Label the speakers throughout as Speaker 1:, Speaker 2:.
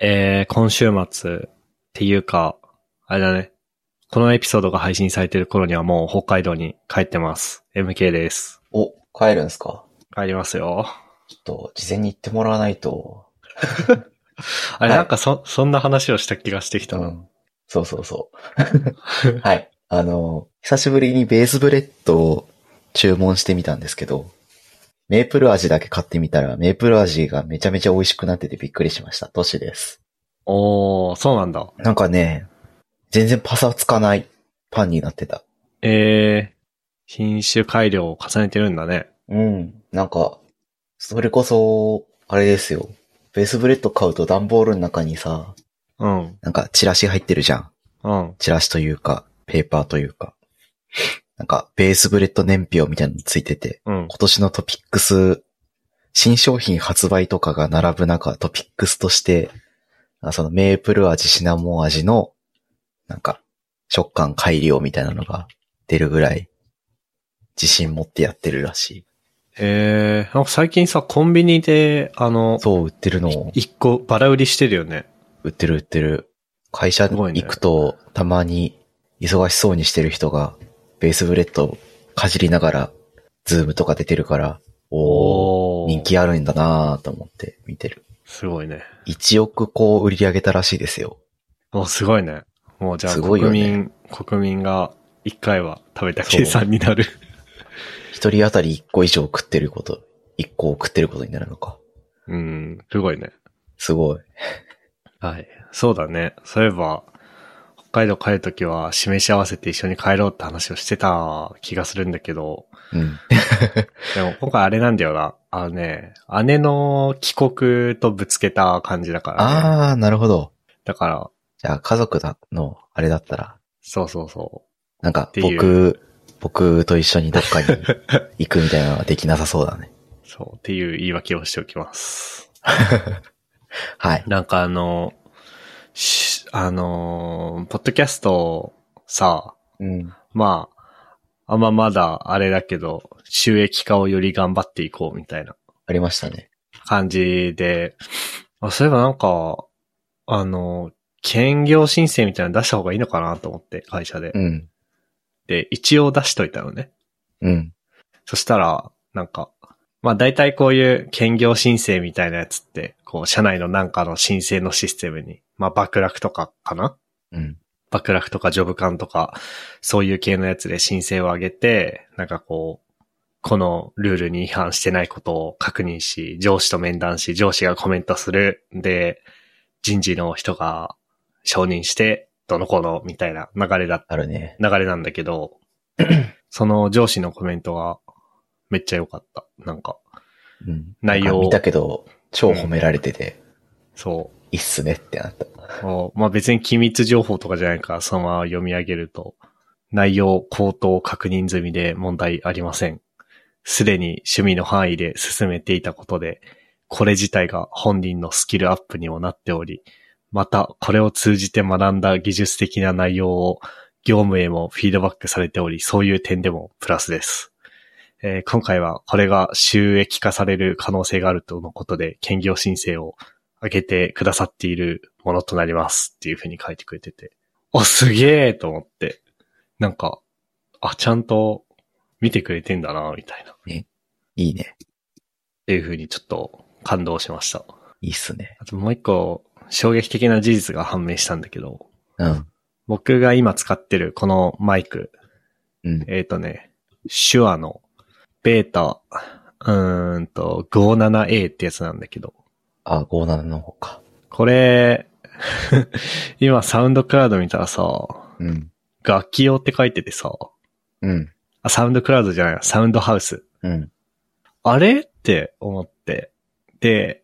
Speaker 1: えー、今週末っていうか、あれだね。このエピソードが配信されてる頃にはもう北海道に帰ってます。MK です。
Speaker 2: お、帰るんすか
Speaker 1: 帰りますよ。
Speaker 2: ちょっと、事前に言ってもらわないと。
Speaker 1: あれ、
Speaker 2: はい
Speaker 1: なんかそ、そんな話をした気がしてきた
Speaker 2: う
Speaker 1: な。
Speaker 2: ん。そうそうそう。 はい。あの、久しぶりにベースブレッドを注文してみたんですけど、メープル味だけ買ってみたら、メープル味がめちゃめちゃ美味しくなっててびっくりしました。トシです。
Speaker 1: おー、そうなんだ。
Speaker 2: なんかね、全然パサつかないパンになってた。
Speaker 1: えー、品種改良を重ねてるんだね。
Speaker 2: うん。なんか、それこそ、あれですよ。ベースブレッド買うと段ボールの中にさ、
Speaker 1: うん、
Speaker 2: なんかチラシ入ってるじゃん。
Speaker 1: うん。
Speaker 2: チラシというか、ペーパーというか。なんか、ベースブレッド年表みたいなのついてて、
Speaker 1: うん。
Speaker 2: 今年のトピックス、新商品発売とかが並ぶ中、トピックスとして、あそのメープル味、シナモン味の、なんか、食感改良みたいなのが出るぐらい、自信持ってやってるらし
Speaker 1: えー、なんか最近さ、コンビニで、あの
Speaker 2: い。、そう、売ってるのを、
Speaker 1: 一個バラ売りしてるよね。
Speaker 2: 売ってる売ってる。会社
Speaker 1: すごいね
Speaker 2: 行くと、たまに忙しそうにしてる人が、ベースブレッドかじりながら、ズームとか出てるから、お
Speaker 1: お
Speaker 2: ー、
Speaker 1: ー。
Speaker 2: 人気あるんだなーと思って見てる。
Speaker 1: すごいね。
Speaker 2: 1億個売り上げたらしいですよ。
Speaker 1: もうすごいね。もうじゃあ
Speaker 2: すごい
Speaker 1: 国
Speaker 2: よね
Speaker 1: 民、国民が一回は食べた計算になる。
Speaker 2: 一人当たり1個以上食ってること、1個を食ってることになるのか。
Speaker 1: うん、すごいね。
Speaker 2: すごい。
Speaker 1: はい。そうだね。そういえば、北海道帰るときは示し合わせて一緒に帰ろうって話をしてた気がするんだけど、
Speaker 2: うん。
Speaker 1: でも今回あれなんだよな。あのね、姉の帰国とぶつけた感じだから、ね。
Speaker 2: あー、なるほど。
Speaker 1: だから、
Speaker 2: じゃあ家族だの、あれだったら、
Speaker 1: そうそうそ
Speaker 2: なんか
Speaker 1: ていう
Speaker 2: 僕、僕と一緒にどっかに行くみたいなのはできなさそうだね。
Speaker 1: う。そう、っていう言い訳をしておきます。
Speaker 2: はい。
Speaker 1: なんかあの、しあのー、ポッドキャストさ、
Speaker 2: うん。
Speaker 1: まあ、あんままだあれだけど、収益化をより頑張っていこうみたいな
Speaker 2: ありましたね。
Speaker 1: 感じで、あそういえばなんか、あの、兼業申請みたいなの出した方がいいのかなと思って、会社で
Speaker 2: う。ん。
Speaker 1: で、一応出しといたのね。
Speaker 2: うん。
Speaker 1: そしたら、なんか、まあ大体こういう兼業申請みたいなやつって、こう、社内のなんかの申請のシステムに、まあ爆落とかかな
Speaker 2: うん。
Speaker 1: 爆落とかジョブ感とか、そういう系のやつで申請を上げて、なんかこう、このルールに違反してないことを確認し、上司と面談し、上司がコメントする。で、人事の人が承認して、どの子の、みたいな流れだ、
Speaker 2: あるね。
Speaker 1: 流れなんだけ ど、その上司のコメントがめっちゃ良かった。なんか、
Speaker 2: うん。
Speaker 1: 内容
Speaker 2: なんか見たけど、超褒められてて、
Speaker 1: そ
Speaker 2: いいっすねってなった。
Speaker 1: う。もうまあ別に機密情報とかじゃないから、そのまま読み上げると、内容、口頭、確認済みで問題ありません。すでに趣味の範囲で進めていたことで、これ自体が本人のスキルアップにもなっており、また、これを通じて学んだ技術的な内容を業務へもフィードバックされており、そういう点でもプラスです。えー今回はこれが収益化される可能性があるとのことで、兼業申請を上げてくださっているものとなりますっていうふうに書いてくれてて。あ、すげえと思って。なんか、あ、ちゃんと見てくれてんだな、みたいな。っ
Speaker 2: いいね。
Speaker 1: ていうふうにちょっと感動しました。
Speaker 2: いいっすね。
Speaker 1: あともう一個、衝撃的な事実が判明したんだけど、
Speaker 2: うん。
Speaker 1: 僕が今使ってるこのマイク、
Speaker 2: うん。
Speaker 1: えっ、とね、手話のベータ、うーんと、57A ってやつなんだけど、
Speaker 2: あ、57の方か。
Speaker 1: これ、 今サウンドクラウド見たらさ、
Speaker 2: うん。
Speaker 1: 楽器用って書いててさ、
Speaker 2: うん。
Speaker 1: あ、サウンドクラウドじゃない、サウンドハウス。
Speaker 2: うん。
Speaker 1: あれって思って。で、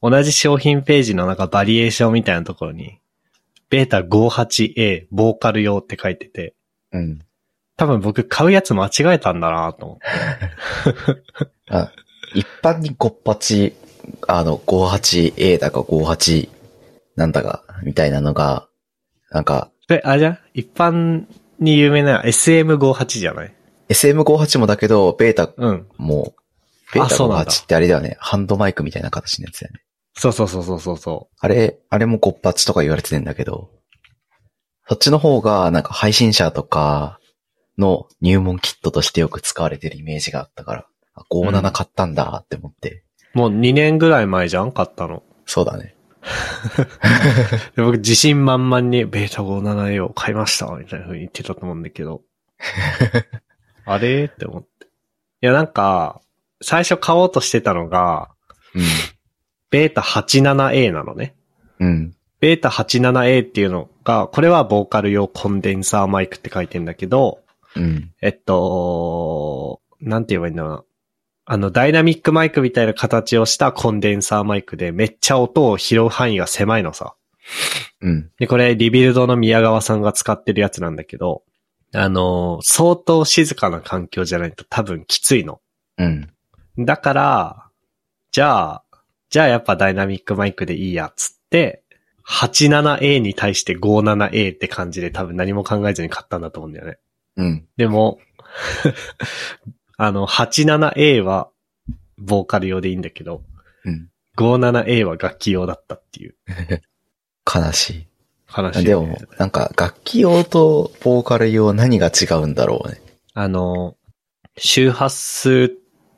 Speaker 1: 同じ商品ページのなんかバリエーションみたいなところに、ベータ 58A ボーカル用って書いてて、
Speaker 2: うん。
Speaker 1: 多分僕買うやつ間違えたんだなと思って。
Speaker 2: あ、一般に58、あの、58A だか58なんだか、みたいなのが、なんか、
Speaker 1: で、あれじゃん一般に有名な SM58 じゃない
Speaker 2: SM58 もだけど、ベータ
Speaker 1: うん。
Speaker 2: も、ベー
Speaker 1: あ
Speaker 2: タ
Speaker 1: そうなんだ
Speaker 2: 58ってあれだよね。ハンドマイクみたいな形のやつだよね。
Speaker 1: そうそうそうそうそうそ
Speaker 2: あれ、あれもごっぱちとか言われてんだけど、そっちの方がなんか配信者とかの入門キットとしてよく使われてるイメージがあったから、あ
Speaker 1: うん
Speaker 2: 57買ったんだって思って、
Speaker 1: う。もう2年ぐらい前じゃん買ったの。
Speaker 2: そうだね。
Speaker 1: で僕自信満々にベータ 57A を買いましたみたいな風に言ってたと思うんだけど。あれって思って。いやなんか、最初買おうとしてたのが、ベータ 87A なのね。
Speaker 2: うん。うん。
Speaker 1: ベータ 87A っていうのが、これはボーカル用コンデンサーマイクって書いてんだけど、
Speaker 2: うん。
Speaker 1: えっと、なんて言えばいいんだろうな。あの、ダイナミックマイクみたいな形をしたコンデンサーマイクで、めっちゃ音を拾う範囲が狭いのさ。
Speaker 2: うん。
Speaker 1: で、これ、リビルドの宮川さんが使ってるやつなんだけど、あの、相当静かな環境じゃないと多分きついの。
Speaker 2: うん。
Speaker 1: だから、じゃあ、じゃあやっぱダイナミックマイクでいいや、つって、87A に対して 57A って感じで多分何も考えずに買ったんだと思うんだよね。
Speaker 2: うん。
Speaker 1: でも、 あの、87A はボーカル用でいいんだけど、
Speaker 2: うん。
Speaker 1: 57A は楽器用だったっていう
Speaker 2: 悲し
Speaker 1: 話、
Speaker 2: い。でも、なんか楽器用とボーカル用何が違うんだろうね。
Speaker 1: あの、周波数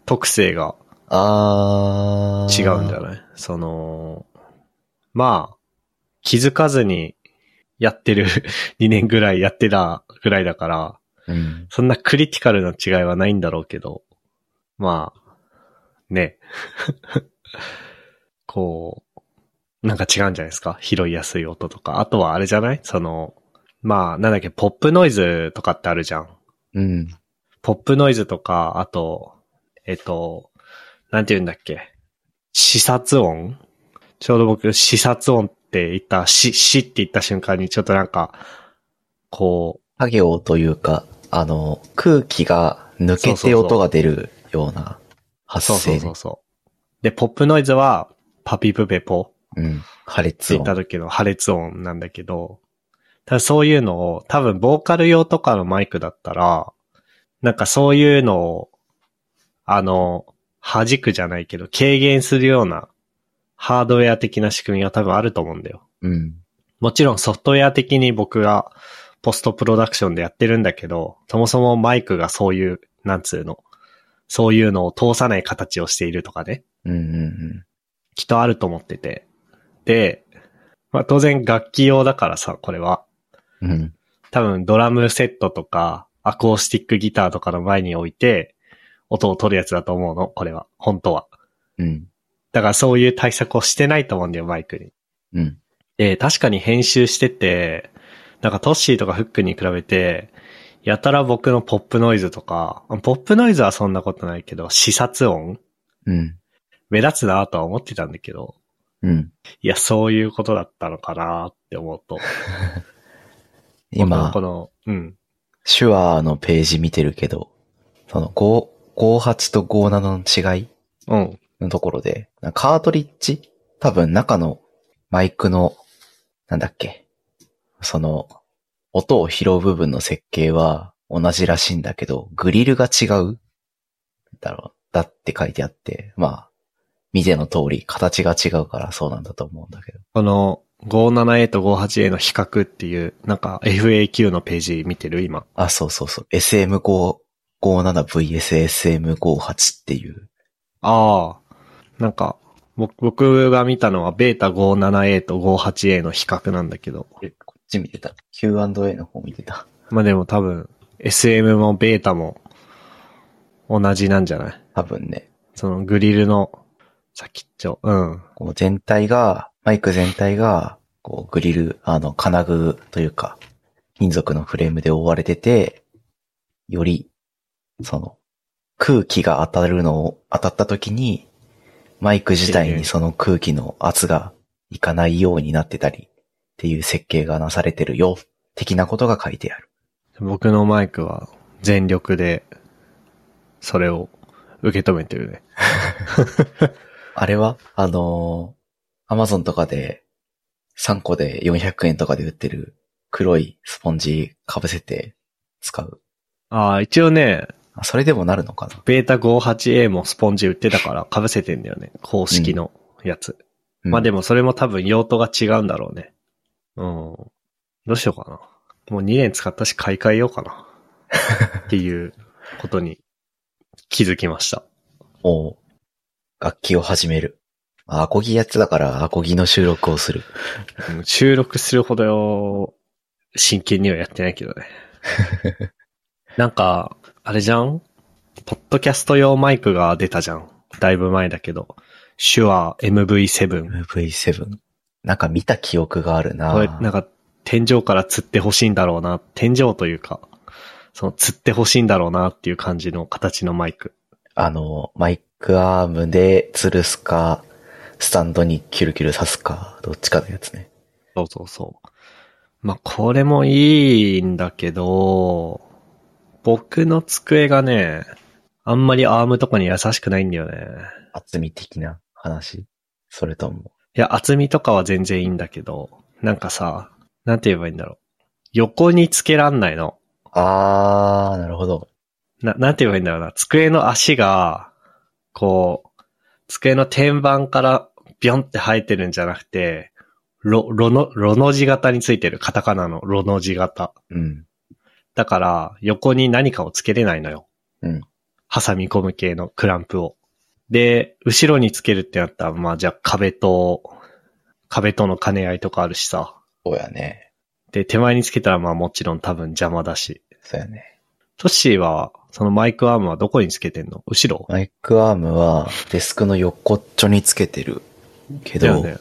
Speaker 1: 特性が
Speaker 2: あー。
Speaker 1: 違うんじゃ
Speaker 2: い
Speaker 1: ないその、まあ、気づかずにやってる 2年ぐらいやってたぐらいだから、
Speaker 2: うん。
Speaker 1: そんなクリティカルな違いはないんだろうけど、まあ、ね。 こう、なんか違うんじゃないですか拾いやすい音とか。あとはあれじゃないその、まあ、なんだっけ、ポップノイズとかってあるじゃん。
Speaker 2: うん。
Speaker 1: ポップノイズとか、あと、えっと、なんて言うんだっけ。視察音ちょうど僕、視察音って言った、し、しって言った瞬間にちょっとなんか、こ
Speaker 2: 作業というか、あの、空気が抜けて音が出るような
Speaker 1: う、
Speaker 2: 発
Speaker 1: そうそ
Speaker 2: 生
Speaker 1: うそうそう。で、ポップノイズは、パピプペポ
Speaker 2: うん。破
Speaker 1: って
Speaker 2: 裂
Speaker 1: 言っ
Speaker 2: 音
Speaker 1: た。時の破裂音なんだけど、ただそういうのを、多分ボーカル用とかのマイクだったら、なんかそういうのを、あの、弾くじゃないけど、軽減するようなハードウェア的な仕組みが多分あると思うんだよ。
Speaker 2: うん。
Speaker 1: もちろんソフトウェア的に僕がポストプロダクションでやってるんだけど、そもそもマイクがそういう、なんつうの、そういうのを通さない形をしているとかね。
Speaker 2: うんうん
Speaker 1: きっとあると思ってて。で、まあ当然楽器用だからさ、これは。
Speaker 2: うん。うん。
Speaker 1: 多分ドラムセットとか、アコースティックギターとかの前に置いて、音を取るやつだと思うの、これは。本当は。
Speaker 2: うん。
Speaker 1: だからそういう対策をしてないと思うんだよ、マイクに。
Speaker 2: うん。
Speaker 1: で、確かに編集してて、なんかトッシーとかフックに比べて、やたら僕のポップノイズとか、ポップノイズはそんなことないけど、視察音
Speaker 2: うん。
Speaker 1: 目立つなとは思ってたんだけど、
Speaker 2: うん。
Speaker 1: いや、そういうことだったのかなって思うと。
Speaker 2: 今
Speaker 1: こ、の、このうん。
Speaker 2: 手話のページ見てるけど、その5、58と57の違い
Speaker 1: うん。
Speaker 2: のところで、カートリッジ多分中のマイクの、なんだっけ。その、音を拾う部分の設計は同じらしいんだけど、グリルが違うだろう、だって書いてあって、まあ、見ての通り形が違うからそうなんだと思うんだけど。
Speaker 1: この 57A と 58A の比較っていう、なんか FAQ のページ見てる今。
Speaker 2: あ、そうそうそう。SM557VSSM58 っていう。
Speaker 1: ああ。なんか、僕僕が見たのはベータ 57A と 58A の比較なんだけど。
Speaker 2: えこっち見てた。Q&A の方見てた。
Speaker 1: まあでも多分、SM もベータも同じなんじゃない
Speaker 2: 多分ね。
Speaker 1: そのグリルの先っちょ。うん。
Speaker 2: こう全体が、マイク全体が、こうグリル、あの、金具というか、金属のフレームで覆われてて、より、その、空気が当たるのを、当たった時に、マイク自体にその空気の圧がいかないようになってたり、っていう設計がなされてるよ、的なことが書いてある。
Speaker 1: 僕のマイクは全力でそれを受け止めてるね。
Speaker 2: あれは、あのー、Amazon とかで3個で400円とかで売ってる黒いスポンジ被せて使う。
Speaker 1: ああ、一応ね、
Speaker 2: あそれでもなるのかな
Speaker 1: ベータ 58A もスポンジ売ってたから被せてんだよね。公式のやつ。
Speaker 2: うん
Speaker 1: まあでもそれも多分用途が違うんだろうね。うん。どうしようかな。もう2年使ったし買い替えようかな。っていうことに気づきました。
Speaker 2: おう楽器を始める。あアコギやってたから、アコギの収録をする。
Speaker 1: うん収録するほどよ真剣にはやってないけど ね。なんか、あれじゃんポッドキャスト用マイクが出たじゃん。だいぶ前だけど。手話 MV7。
Speaker 2: MV7。なんか見た記憶があるな
Speaker 1: これ、なんか、天井から釣ってほしいんだろうな。天井というか、その釣ってほしいんだろうなっていう感じの形のマイク。
Speaker 2: あの、マイクアームで吊るすか、スタンドにキュルキュル刺すか、どっちかのやつね。
Speaker 1: そうそうそう。まあ、これもいいんだけど、僕の机がね、あんまりアームとかに優しくないんだよね。
Speaker 2: 厚み的な話。それとも。
Speaker 1: いや、厚みとかは全然いいんだけど、なんかさ、なんて言えばいいんだろう。横につけらんないの。
Speaker 2: あー、なるほど。
Speaker 1: な、なんて言えばいいんだろうな。机の足が、こう、机の天板からビョンって生えてるんじゃなくて、ロ、ロの、ロの字型についてる。カタカナのロの字型。
Speaker 2: うん。
Speaker 1: だから、横に何かをつけれないのよ。
Speaker 2: うん。
Speaker 1: 挟み込む系のクランプを。で、後ろにつけるってなったら、まあじゃあ壁と、壁との兼ね合いとかあるしさ。
Speaker 2: そうやね。
Speaker 1: で、手前につけたらまあもちろん多分邪魔だし。
Speaker 2: そうやね。
Speaker 1: トッシーは、そのマイクアームはどこにつけてんの後ろ
Speaker 2: マイクアームはデスクの横っちょにつけてるけ
Speaker 1: だよ
Speaker 2: ど、
Speaker 1: ね。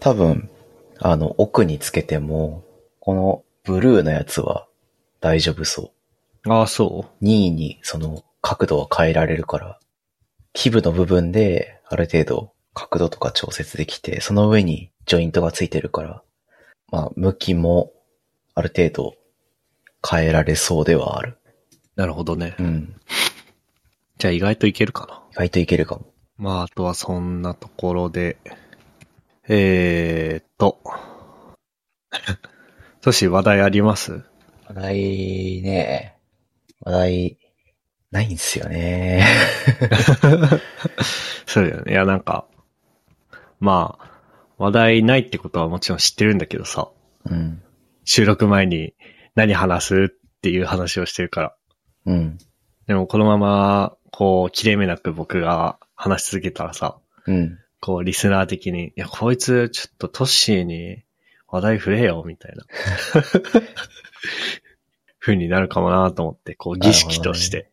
Speaker 2: 多分、あの、奥につけても、このブルーのやつは大丈夫そう。
Speaker 1: ああ、そう。
Speaker 2: 任意にその角度を変えられるから、基部の部分である程度角度とか調節できて、その上にジョイントがついてるから、まあ向きもある程度変えられそうではある。
Speaker 1: なるほどね
Speaker 2: う。ん。
Speaker 1: じゃあ意外といけるかな。
Speaker 2: 意外といけるかも。
Speaker 1: まあ、あとはそんなところで、えーっと。 トッシー話題あります
Speaker 2: 話題ね、話題ないんですよね。
Speaker 1: そうだよね。いや、なんか、まあ、話題ないってことはもちろん知ってるんだけどさ、
Speaker 2: うん。
Speaker 1: 収録前に何話すっていう話をしてるから。
Speaker 2: うん。
Speaker 1: でもこのまま、こう、切れ目なく僕が話し続けたらさ、
Speaker 2: うん。
Speaker 1: こう、リスナー的に、いや、こいつ、ちょっとトッシーに話題触れよ、み たいな。風になるかもなと思って、こう、儀式として。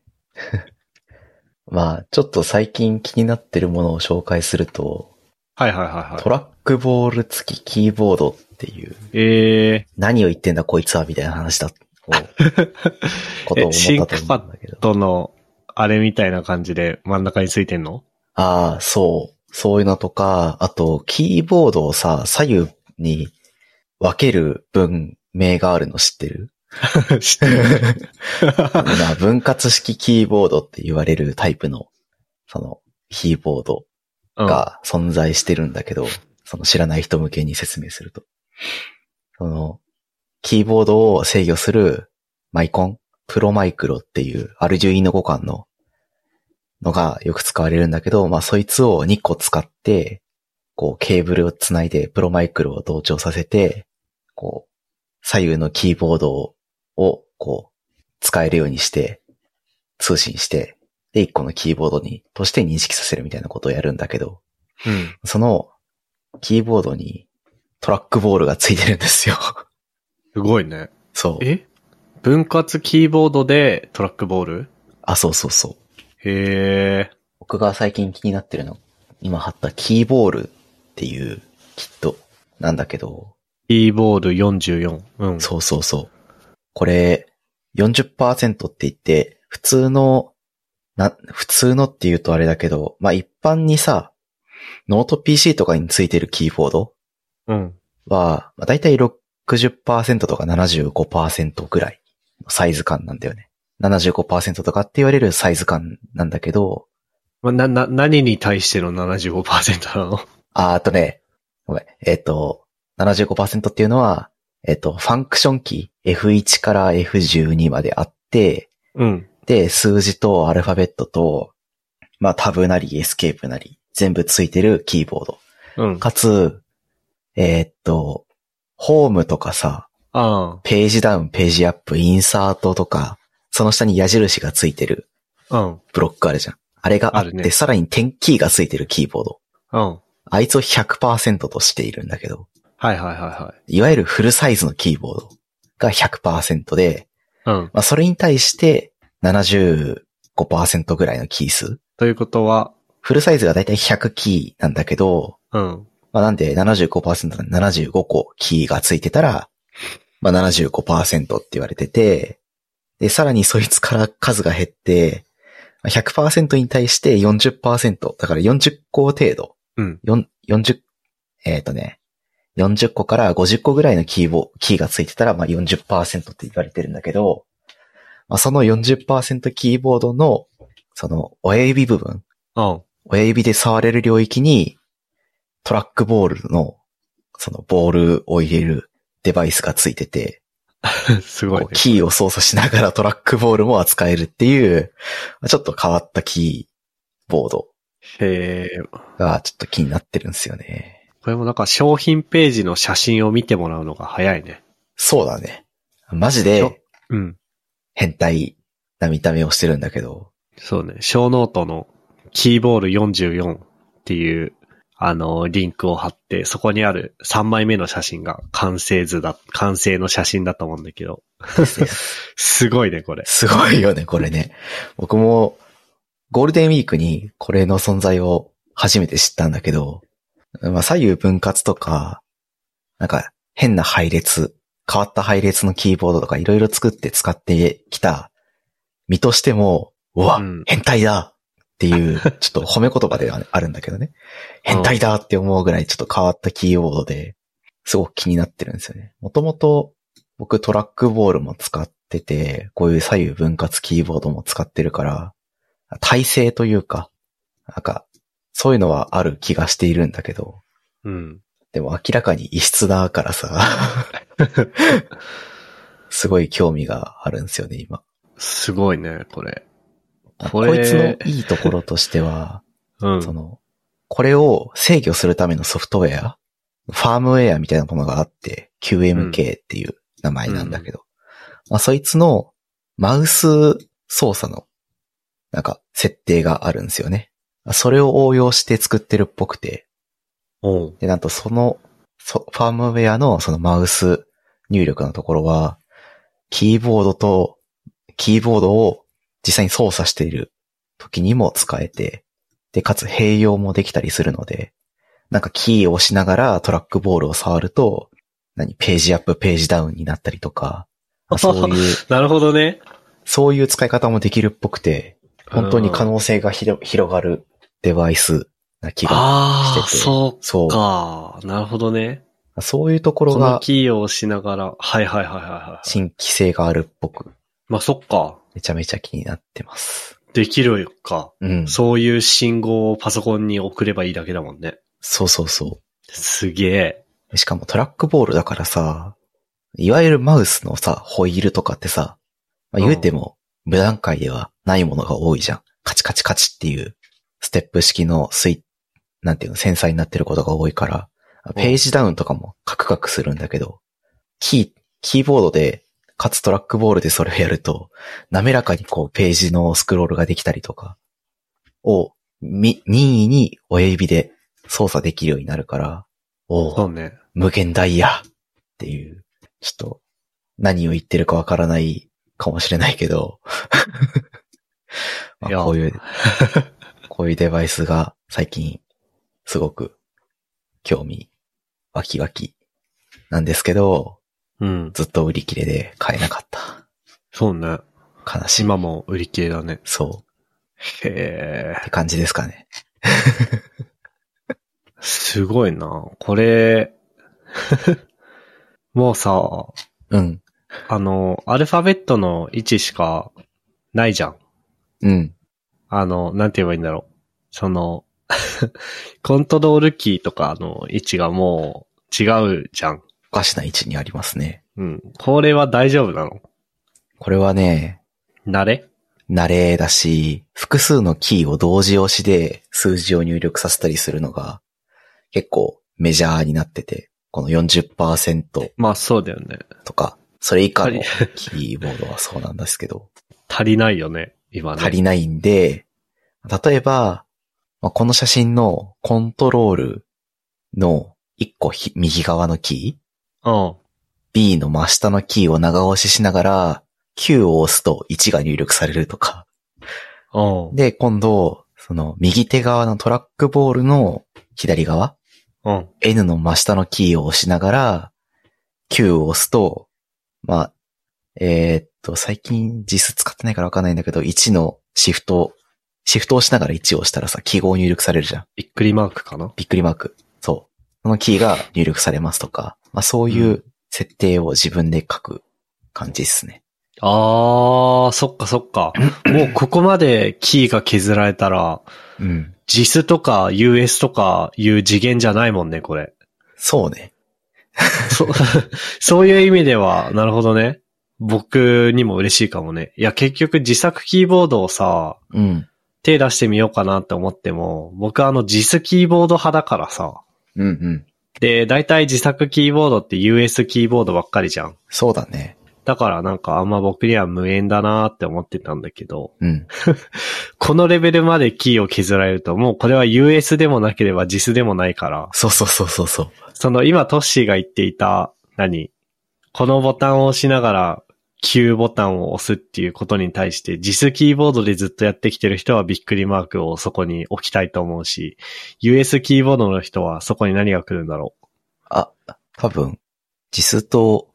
Speaker 2: まあ、ちょっと最近気になってるものを紹介すると、
Speaker 1: はいはいはいはい。
Speaker 2: トラックボール付きキーボードっていう、
Speaker 1: え
Speaker 2: 何を言ってんだこいつはみたいな話 だ、ことを思ったと思うんだけど
Speaker 1: ー、。との、あれみたいな感じで真ん中についてん の
Speaker 2: ああ、そう。そういうのとか、あと、キーボードをさ、左右に分ける文明があるの知ってる
Speaker 1: 知ってる。
Speaker 2: まあ分割式キーボードって言われるタイプの、その、キーボード
Speaker 1: うん、
Speaker 2: が存在してるんだけど、その知らない人向けに説明すると。その、キーボードを制御するマイコン、プロマイクロっていうアルジュイーノ互換ののがよく使われるんだけど、まあそいつを2個使って、こうケーブルをつないでプロマイクロを同調させて、こう、左右のキーボードをこう、使えるようにして、通信して、で、1個のキーボードに、として認識させるみたいなことをやるんだけど、
Speaker 1: うん。
Speaker 2: その、キーボードにトラックボールがついてるんですよ。
Speaker 1: すごいね。
Speaker 2: そう。
Speaker 1: え分割キーボードでトラックボール
Speaker 2: あ、そうそうそう。
Speaker 1: へえ。
Speaker 2: 僕が最近気になってるの、今貼ったキーボールっていうキットなんだけど、
Speaker 1: キーボール44。うん。
Speaker 2: そうそうそう。これ、40%って言って、普通の、な、普通のって言うとあれだけど、まあ一般にさ、ノート PC とかについてるキーボード
Speaker 1: うん。
Speaker 2: は、まあ、だいたい60%とか75%ぐらいのサイズ感なんだよね。75%とかって言われるサイズ感なんだけど、
Speaker 1: まあ、な、な、何に対しての75%なの
Speaker 2: ああとね、ごめん、えっ、と、75%っていうのは、えっ、と、ファンクションキー、F1 から F12 まであって、
Speaker 1: うん。
Speaker 2: で、数字とアルファベットと、まあ、タブなりエスケープなり、全部ついてるキーボード。
Speaker 1: うん。
Speaker 2: かつ、えーっと、ホームとかさ、
Speaker 1: あ
Speaker 2: ページダウン、ページアップ、インサートとか、その下に矢印がついてる
Speaker 1: あ。うん。
Speaker 2: ブロックあるじゃん。あれがあっ
Speaker 1: あ
Speaker 2: て、
Speaker 1: るね
Speaker 2: さらに点キーがついてるキーボード。
Speaker 1: うん。
Speaker 2: あいつを100%としているんだけど、
Speaker 1: はいはいはい
Speaker 2: わゆるフルサイズのキーボードが100%で、
Speaker 1: いはい。うん。
Speaker 2: まあ、それに対して75%ぐらいのキー数。
Speaker 1: ということは、
Speaker 2: フルサイズがだいたい100キーなんだけど、
Speaker 1: うん。
Speaker 2: まあ、なんで75%なんで75個キーがついてたら、まあ、75%って言われてて、で、さらにそいつから数が減って、まあ100%に対して40%、だから40個程度、
Speaker 1: うん。
Speaker 2: 4 40、えっ、とね、40個から50個ぐらいのキーボ、キーがついてたら、まあ40%って言われてるんだけど、まあその40%キーボードの、その親指部分、
Speaker 1: うん。
Speaker 2: 親指で触れる領域に、トラックボールの、そのボールを入れるデバイスがついてて、
Speaker 1: すごいね
Speaker 2: こう。キーを操作しながらト ラックボールも扱えるっていう、まあちょっと変わったキーボード
Speaker 1: へえ。
Speaker 2: がちょっと気になってるんですよね。
Speaker 1: これもなんか商品ページの写真を見てもらうのが早いね。
Speaker 2: そうだね。マジ
Speaker 1: しょ
Speaker 2: で
Speaker 1: うん。
Speaker 2: 変態な見た目をしてるんだけど。
Speaker 1: そうね。小ノートのキーボール44っていう、あの、リンクを貼って、そこにある3枚目の写真が完成図だ、完成の写真だと思うんだ けど。すごいね、これ。
Speaker 2: すごいよね、これ ね。僕もゴールデンウィークにこれの存在を初めて知ったんだけど、まあ左右分割とか、なんか変な配列、変わった配列のキーボードとかいろいろ作って使ってきた身としても、うわ、
Speaker 1: うん
Speaker 2: 変態だっていう、ちょっと褒め言葉ではあるんだけどね。変態だって思うぐらいちょっと変わったキーボードで、すごく気になってるんですよね。もともと僕トラックボールも使ってて、こういう左右分割キーボードも使ってるから、体勢というか、なんか、そういうのはある気がしているんだけど、
Speaker 1: うん。
Speaker 2: でも明らかに異質だからさ、すごい興味があるんですよね、今。
Speaker 1: すごいね、これ。
Speaker 2: あ
Speaker 1: こ
Speaker 2: こ
Speaker 1: れ
Speaker 2: いつのいいところとしては、
Speaker 1: うん。
Speaker 2: その、これを制御するためのソフトウェア、ファームウェアみたいなものがあって、QMK っていう名前なんだけど、まあ、そいつのマウス操作の、なんか、設定があるんですよね。それを応用して作ってるっぽくて、
Speaker 1: おう
Speaker 2: で、なんとその、そファームウェアのそのマウス入力のところは、キーボードと、キーボードを実際に操作している時にも使えて、で、かつ併用もできたりするので、なんかキーを押しながらトラックボールを触ると、何、ページアップ、ページダウンになったりとか、 まあそういう、
Speaker 1: なるほどね。
Speaker 2: そういう使い方もできるっぽくて、本当に可能性がひろ広がるデバイスな気が。
Speaker 1: ああー、
Speaker 2: してて
Speaker 1: そ
Speaker 2: そう
Speaker 1: う。か。なるほどね。
Speaker 2: そういうところ
Speaker 1: この
Speaker 2: が
Speaker 1: キーを押しながら、はいはいはいはいはい。
Speaker 2: 新規性があるっぽく、
Speaker 1: まあ、そっか。
Speaker 2: めちゃめちゃ気になってます。
Speaker 1: できるか。
Speaker 2: うん。そ
Speaker 1: そういう信号をパソコンに送ればいいだけだもんね。
Speaker 2: うそうそ
Speaker 1: すげ
Speaker 2: う。しかもトラックボールだからさ、いわゆるマウスのさ、ホイールとかってさ、まあ、
Speaker 1: うん
Speaker 2: 言うても、無段階ではないものが多いじゃん。カチカチカチっていう、ステップ式のスイなんていうの、繊細になってることが多いから、ページダウンとかもカクカクするんだけど、キー、キーボードで、かつトラックボールでそれをやると、滑らかにこうページのスクロールができたりとか、を、み、任意に親指で操作できるようになるから、
Speaker 1: え。
Speaker 2: お
Speaker 1: そ
Speaker 2: お
Speaker 1: う、ね。
Speaker 2: 無限大やっていう、ちょっと、何を言ってるかわからないかもしれないけど、 ま
Speaker 1: いや
Speaker 2: あ、こう いう、こういうデバイスが最近、すごく、興味、ワキワキ、なんですけど、
Speaker 1: うん。
Speaker 2: ずっと売り切れで買えなかった。
Speaker 1: そうね。
Speaker 2: 悲しみ。
Speaker 1: 今も売り切れだね。
Speaker 2: そ
Speaker 1: へ
Speaker 2: う。っ
Speaker 1: え。
Speaker 2: て感じですかね。
Speaker 1: すごいな。これ、 もうさ、
Speaker 2: うん。
Speaker 1: あの、アルファベットの位置しかないじゃん。
Speaker 2: うん。
Speaker 1: あの、なんて言えばいいんだろう。その、 コントロールキーとかの位置がもう違うじゃん。
Speaker 2: おかしな位置にありますね。
Speaker 1: うん。これは大丈夫なの
Speaker 2: これはね、
Speaker 1: 慣れ
Speaker 2: 慣れだし、複数のキーを同時押しで数字を入力させたりするのが、結構メジャーになってて、この40%
Speaker 1: まあそうだよね。
Speaker 2: とか、それ以下
Speaker 1: 足り
Speaker 2: のキーボードはそうなんですけど、
Speaker 1: 足りないよね、今ね。
Speaker 2: 足りないんで、例えば、まあこの写真のコントロールの1個ひ右側のキー、
Speaker 1: うん。
Speaker 2: B の真下のキーを長押ししながら、Q を押すと1が入力されるとか。
Speaker 1: うん。
Speaker 2: で、今度、その右手側のトラックボールの左側、
Speaker 1: うん。
Speaker 2: N の真下のキーを押しながら、Q を押すと、まあ、えーっと、最近実数使ってないからわかんないんだけど、1のシフト、シフトを押しながら1を押したらさ、記号を入力されるじゃん。
Speaker 1: びっくりマークかな
Speaker 2: びっくりマーク。そう。そのキーが入力されますとか、まあそういううん設定を自分で書く感じですね。
Speaker 1: あー、そっかそっ か。もうここまでキーが削られたら、
Speaker 2: うん。
Speaker 1: JIS とか US とかいう次元じゃないもんね、これ。
Speaker 2: そうね。
Speaker 1: そそう いう意味では、なるほどね。僕にも嬉しいかもね。いや、結局自作キーボードをさ、
Speaker 2: うん。
Speaker 1: 手出してみようかなって思っても、僕はあの JIS キーボード派だからさ。
Speaker 2: うんうん。
Speaker 1: で、大体自作キーボードって US キーボードばっかりじゃん。
Speaker 2: そうだね。
Speaker 1: だからなんかあんま僕には無縁だなーって思ってたんだけど、
Speaker 2: うん。
Speaker 1: このレベルまでキーを削られると、もうこれは US でもなければ JIS でもないから、
Speaker 2: そうそうそうそうそう。
Speaker 1: その今トッシーが言っていた、何このボタンを押しながら Q ボタンを押すっていうことに対して、JIS キーボードでずっとやってきてる人はびっくりマークをそこに置きたいと思うし、US キーボードの人はそこに何が来るんだろう。
Speaker 2: あ、多分、実と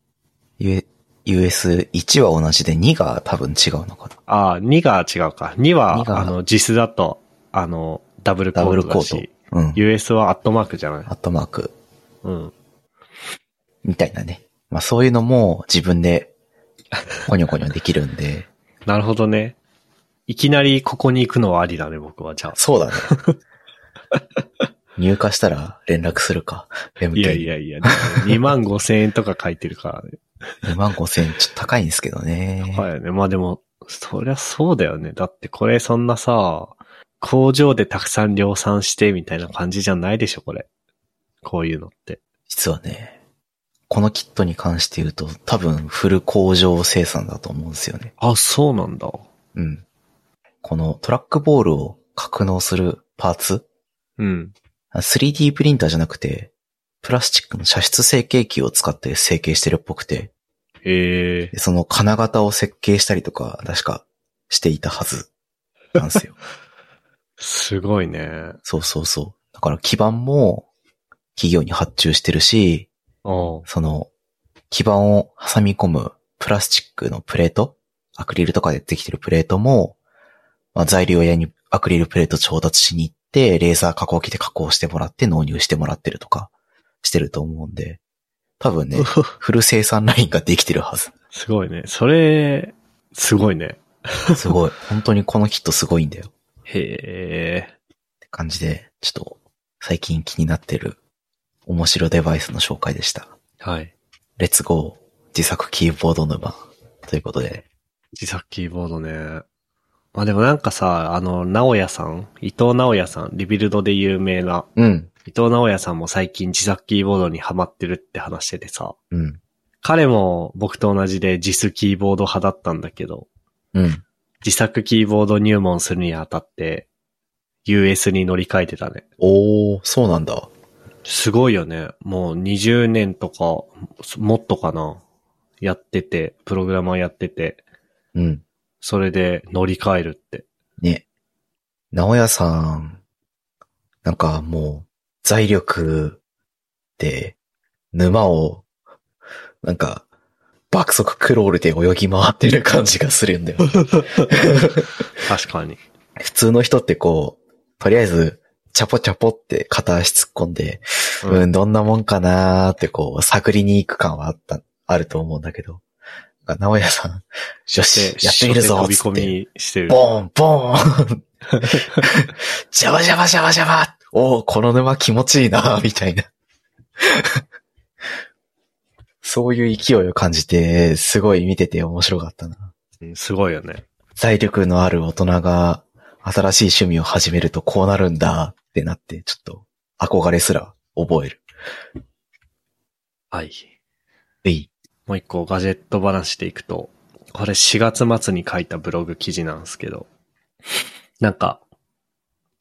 Speaker 2: U- US1 は同じで2が多分違うのかな。
Speaker 1: ああ、2が違うか。2は、
Speaker 2: 2が
Speaker 1: あの、JIS だと、あの、ダブルコ
Speaker 2: ダブ
Speaker 1: ー
Speaker 2: ル
Speaker 1: トだ
Speaker 2: コー
Speaker 1: し、
Speaker 2: ト。うん。
Speaker 1: US はアットマークじゃない。
Speaker 2: アットマーク。
Speaker 1: うん。
Speaker 2: みたいなね。まあそういうのも自分で、コニョコニョできるんで。
Speaker 1: なるほどね。いきなりここに行くのはありだね、僕は。じゃあ。
Speaker 2: そうだね。入荷したら連絡するか。MK。
Speaker 1: いやいやいや、2万5千円とか書いてるからね。
Speaker 2: 2万5千円ちょっと高いんですけどね。
Speaker 1: はいよね。まあでも、そりゃそうだよね。だってこれそんなさ、工場でたくさん量産してみたいな感じじゃないでしょ、これ。こういうのって。
Speaker 2: 実はね、このキットに関して言うと多分フル工場生産だと思うんですよね。
Speaker 1: あ、そうなんだ。
Speaker 2: うん。このトラックボールを格納するパーツ
Speaker 1: うん。
Speaker 2: あ 3D プリンターじゃなくて、プラスチックの射出成形機を使って成形してるっぽくて、
Speaker 1: ええ
Speaker 2: でその金型を設計したりとか、確かしていたはずなんですよ。
Speaker 1: すごいね。
Speaker 2: そうそうそう。だから基板も企業に発注してるし、
Speaker 1: うん。
Speaker 2: その、基板を挟み込むプラスチックのプレート、アクリルとかでできてるプレートも、まあ、材料屋にアクリルプレート調達しに行って、レーザー加工機で加工してもらって納入してもらってるとか、してると思うんで、多分ね、 フル生産ラインができてるはず。
Speaker 1: すごいね。それ、すごいね。
Speaker 2: すごい。 本当にこのキットすごいんだよ。っ
Speaker 1: へえ。
Speaker 2: て感じで、ちょっと、最近気になってる、面白デバイスの紹介でした。
Speaker 1: はい。
Speaker 2: レッツゴー自作キーボード沼。ということで、
Speaker 1: 自作キーボードね。まあでもなんかさ、あの、直哉さん、伊藤直哉さん、リビルドで有名な、
Speaker 2: うん。
Speaker 1: 伊藤直哉さんも最近自作キーボードにハマってるって話しててさ、
Speaker 2: うん。
Speaker 1: 彼も僕と同じで自スキーボード派だったんだけど、
Speaker 2: うん。
Speaker 1: 自作キーボード入門するにあたって、US に乗り換えてたね。
Speaker 2: おー、そうなんだ。
Speaker 1: すごいよね。もう20年とか、もっとかな。やってて、プログラマーやってて、
Speaker 2: うん。
Speaker 1: それで乗り換えるって。
Speaker 2: ね。直屋さん、なんかもう、財力で、沼を、なんか、爆速クロールで泳ぎ回ってる感じがする んだよ。
Speaker 1: 確かに。
Speaker 2: 普通の人ってこう、とりあえず、チャポチャポって片足突っ込んで、
Speaker 1: う
Speaker 2: うんん、どんなもんかなーってこう、探りに行く感はあった、あると思うんだけど、なんか直屋さん、よし
Speaker 1: で、、
Speaker 2: やってみるぞ
Speaker 1: 飛
Speaker 2: っ
Speaker 1: び
Speaker 2: つって。
Speaker 1: 込みしてる。
Speaker 2: ボーン、ボーンジャバジャバジャバジャバおお、この沼気持ちいいな、みたいな。そういう勢いを感じて、すごい見てて面白かったな。
Speaker 1: うんすごいよね。
Speaker 2: 財力のある大人が新しい趣味を始めるとこうなるんだってなって、ちょっと憧れすら覚える。
Speaker 1: はい。
Speaker 2: えい。
Speaker 1: もう一個ガジェット話でいくと、これ4月末に書いたブログ記事なんですけど、なんか、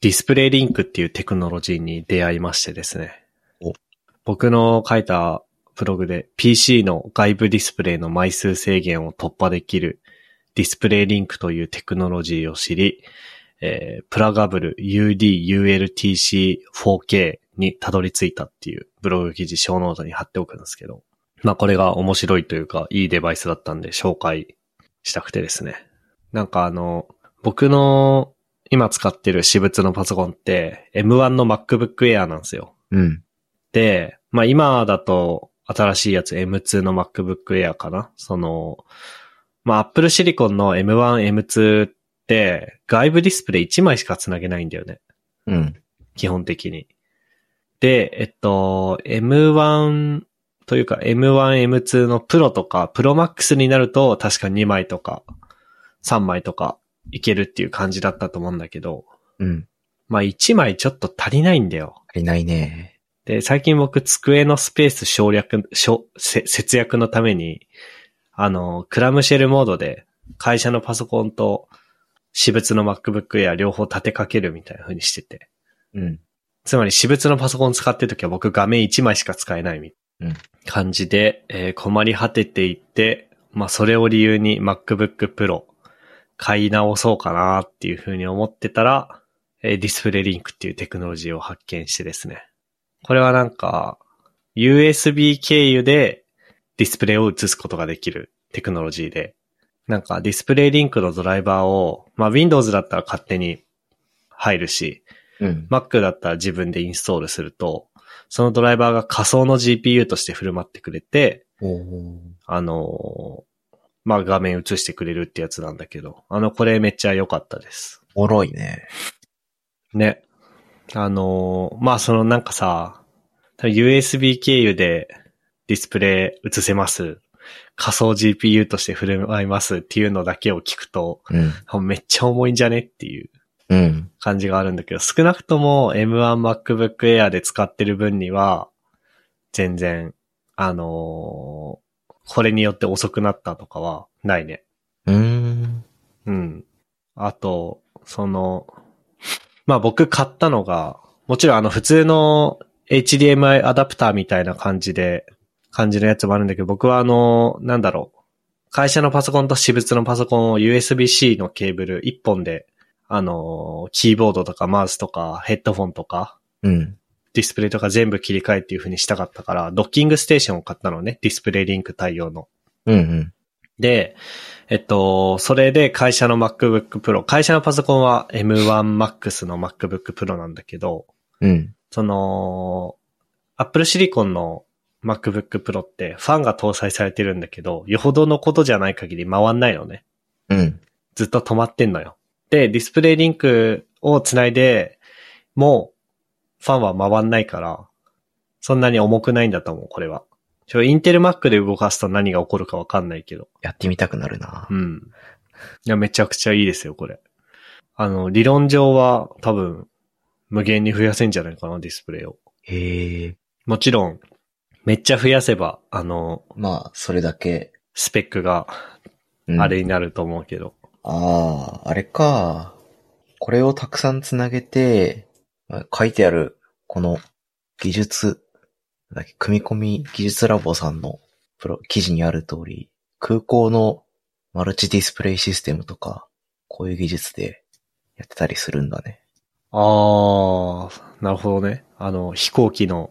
Speaker 1: ディスプレイリンクっていうテクノロジーに出会いましてですね
Speaker 2: お。
Speaker 1: 僕の書いたブログで PC の外部ディスプレイの枚数制限を突破できるディスプレイリンクというテクノロジーを知り、えープラガブル UD-ULTC4K にたどり着いたっていうブログ記事小ノートに貼っておくんですけど、まあこれが面白いというか、いいデバイスだったんで紹介したくてですね。なんかあの、僕の今使ってる私物のパソコンって M1 の MacBook Air なんですよ。
Speaker 2: うん。
Speaker 1: で、まあ今だと新しいやつ M2 の MacBook Air かなその、まあ Apple Silicon の M1、M2 って外部ディスプレイ1枚しか繋げないんだよね。
Speaker 2: うん。
Speaker 1: 基本的に。で、えっと、M1 というか M1、M2 のプロとか、プロマックスになると確か2枚とか3枚とかいけるっていう感じだったと思うんだけど、
Speaker 2: うん。
Speaker 1: まあ1枚ちょっと足りないんだよ。
Speaker 2: 足りないね。
Speaker 1: で、最近僕机のスペース省略、省せ節約のために、あの、クラムシェルモードで会社のパソコンと私物の MacBook Air 両方立てかけるみたいな風にしてて。
Speaker 2: うん。
Speaker 1: つまり私物のパソコン使ってるときは僕画面1枚しか使えないみたいな感じで、えー困り果てていって、まあそれを理由に MacBook Pro 買い直そうかなっていうふうに思ってたら、えーディスプレイリンクっていうテクノロジーを発見してですね。これはなんか USB 経由でディスプレイを映すことができるテクノロジーで、なんかディスプレイリンクのドライバーを、まあ Windows だったら勝手に入るし、
Speaker 2: うん。
Speaker 1: Mac だったら自分でインストールすると、そのドライバーが仮想の GPU として振る舞ってくれて、
Speaker 2: おー
Speaker 1: あのーまあ、画面映してくれるってやつなんだけど、あの、これめっちゃ良かったです。
Speaker 2: おもろいね。
Speaker 1: ね。あのーまあ、そのなんかさ、多分 USB 経由でディスプレイ映せます。仮想 GPU として振る舞いますっていうのだけを聞くと、
Speaker 2: うん。
Speaker 1: めっちゃ重いんじゃねっていう
Speaker 2: うん。
Speaker 1: 感じがあるんだけど、少なくとも M1 MacBook Air で使ってる分には、全然、あのーこれによって遅くなったとかはないね。
Speaker 2: うーん。
Speaker 1: うん。あと、その、まあ僕買ったのが、もちろんあの普通の HDMI アダプターみたいな感じで、感じのやつもあるんだけど、僕はあの、なんだろう。会社のパソコンと私物のパソコンを USB-C のケーブル1本で、あの、キーボードとかマウスとかヘッドフォンとか
Speaker 2: うん。
Speaker 1: ディスプレイとか全部切り替えっていう風にしたかったから、ドッキングステーションを買ったのね。ディスプレイリンク対応の。
Speaker 2: うん。うん。
Speaker 1: で、えっと、それで会社の MacBook Pro、会社のパソコンは M1Max の MacBook Pro なんだけど、
Speaker 2: うん。
Speaker 1: その、Apple Silicon の MacBook Pro ってファンが搭載されてるんだけど、よほどのことじゃない限り回んないのね。
Speaker 2: うん。
Speaker 1: ずっと止まってんのよ。で、ディスプレイリンクをつないで、もう、ファンは回んないから、そんなに重くないんだと思う、これは。ちょ、インテル Mac で動かすと何が起こるかわかんないけど。
Speaker 2: やってみたくなるな
Speaker 1: う。ん。いや、めちゃくちゃいいですよ、これ。あの、理論上は多分、無限に増やせんじゃないかな、ディスプレイを。
Speaker 2: へえ。
Speaker 1: もちろん、めっちゃ増やせば、あの、
Speaker 2: まあ、それだけ。
Speaker 1: スペックが
Speaker 2: うん
Speaker 1: あれになると思うけど。
Speaker 2: ああ、あれか。これをたくさんつなげて、あ書いてある、この技術、なんだっけ組み込み技術ラボさんのプロ記事にある通り、空港のマルチディスプレイシステムとか、こういう技術でやってたりするんだね。
Speaker 1: あー、なるほどね。あの、飛行機の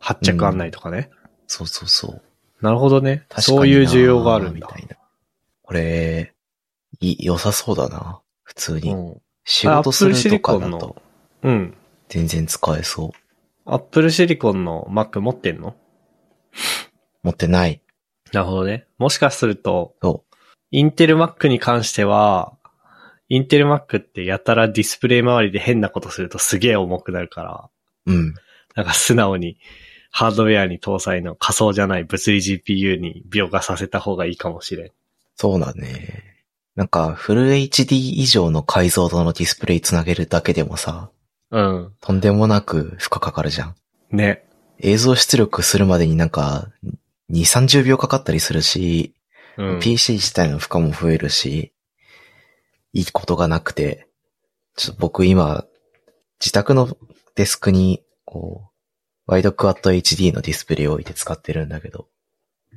Speaker 1: 発着案内とかね。
Speaker 2: そうそうそう。
Speaker 1: なるほどね。
Speaker 2: 確かにな
Speaker 1: そういう需要があるん
Speaker 2: み
Speaker 1: だ
Speaker 2: た。いな。これ、い良さそうだな。普通
Speaker 1: う
Speaker 2: に。
Speaker 1: ん。
Speaker 2: 仕事するとかだ
Speaker 1: Apple Silicon
Speaker 2: と
Speaker 1: うん。
Speaker 2: 全然使えそう。
Speaker 1: Apple Silicon の Mac 持ってんの
Speaker 2: 持ってない。
Speaker 1: なるほどね。もしかすると、
Speaker 2: そう。
Speaker 1: インテル Mac に関しては、インテル Mac ってやたらディスプレイ周りで変なことするとすげえ重くなるから、
Speaker 2: うん。
Speaker 1: なんか素直にハードウェアに搭載の仮想じゃない物理 GPU に描画させた方がいいかもしれん。
Speaker 2: そうだね。なんか、フル HD 以上の解像度のディスプレイつなげるだけでもさ、
Speaker 1: うん。
Speaker 2: とんでもなく負荷かかるじゃん。
Speaker 1: ね。
Speaker 2: 映像出力するまでになんか、2、30秒かかったりするし、
Speaker 1: うん。
Speaker 2: PC 自体の負荷も増えるし、いいことがなくて、ちょっと僕今、自宅のデスクに、こう、ワイドクワッド HD のディスプレイを置いて使ってるんだけど、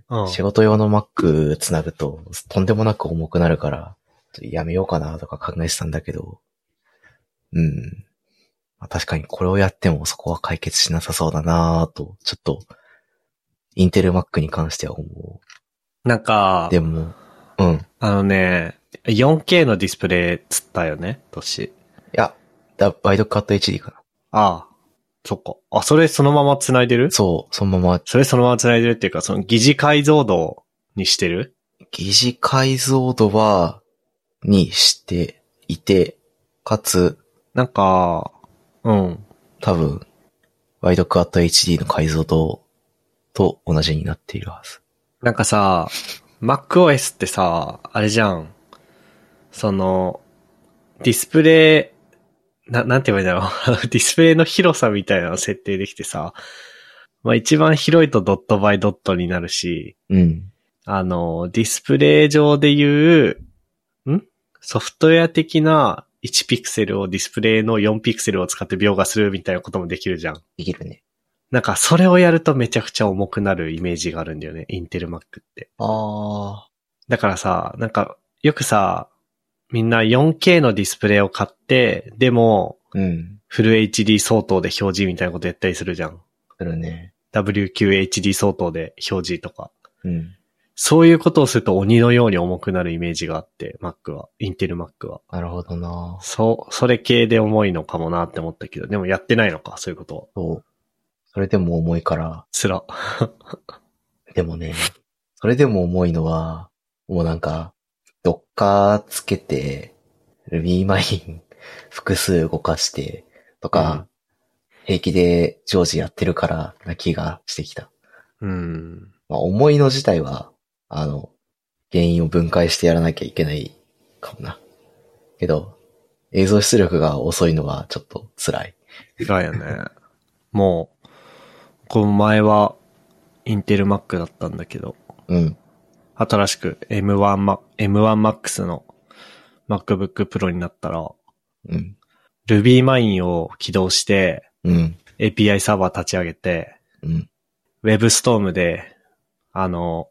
Speaker 1: うん
Speaker 2: 仕事用の Mac つなぐと、とんでもなく重くなるから、ちょっとやめようかなとか考えてたんだけど、うん。まあ確かにこれをやってもそこは解決しなさそうだなぁと、ちょっと、インテル Mac に関しては思
Speaker 1: なんか
Speaker 2: う。、でも、うん。い
Speaker 1: あのね、4K のディスプレイつったよね、年。
Speaker 2: や、だワイドカット HD かな。
Speaker 1: ああ、そっか。あ、それそのまま繋いでる
Speaker 2: そう、そのまま、
Speaker 1: それそのまま繋いでるっていうか、その疑似解像度にしてる
Speaker 2: 疑似解像度は、にしていて、かつ、
Speaker 1: なんか、うん。
Speaker 2: 多分、ワイドクワット HD の解像度と同じになっているはず。
Speaker 1: なんかさ、MacOS ってさ、あれじゃん。その、ディスプレイ、な、なんて言えばいいんだろう。ディ スプレイの広さみたいなの設定できてさ、まあ一番広いとドットバイドットになるし、
Speaker 2: うん。
Speaker 1: あの、ディスプレイ上で言う、んソフトウェア的な1ピクセルをディスプレイの4ピクセルを使って描画するみたいなこともできるじゃん。
Speaker 2: できるね。
Speaker 1: なんか、それをやるとめちゃくちゃ重くなるイメージがあるんだよね。インテル Mac って。
Speaker 2: ああ。
Speaker 1: だからさ、なんか、よくさ、みんな 4K のディスプレイを買って、でも、
Speaker 2: うん。
Speaker 1: フル HD 相当で表示みたいなことやったりするじゃん。
Speaker 2: するね。
Speaker 1: WQHD 相当で表示とか。
Speaker 2: うん。
Speaker 1: そういうことをすると鬼のように重くなるイメージがあって、Mac は。インテル Mac は。
Speaker 2: なるほどな
Speaker 1: そう、それ系で重いのかもなって思ったけど、でもやってないのか、そういうことは。
Speaker 2: そう。それでも重いから、
Speaker 1: つら。
Speaker 2: でもね、それでも重いのは、もうなんか、ドッカーつけて、Ruby マイン複数動かして、とか、平気で常時やってるからな気がしてきた。
Speaker 1: うん。
Speaker 2: まあ、重いの自体は、あの、原因を分解してやらなきゃいけないかもな。けど、映像出力が遅いのはちょっと辛い。
Speaker 1: 辛いよね。 もう、この前は、インテル Mac だったんだけど、
Speaker 2: うん。
Speaker 1: 新しく M1 マ、M1 Max の MacBook Pro になったら、
Speaker 2: うん。
Speaker 1: Ruby Mine を起動して、
Speaker 2: うん。
Speaker 1: API サーバー立ち上げて、
Speaker 2: うん。
Speaker 1: WebStorm で、あの、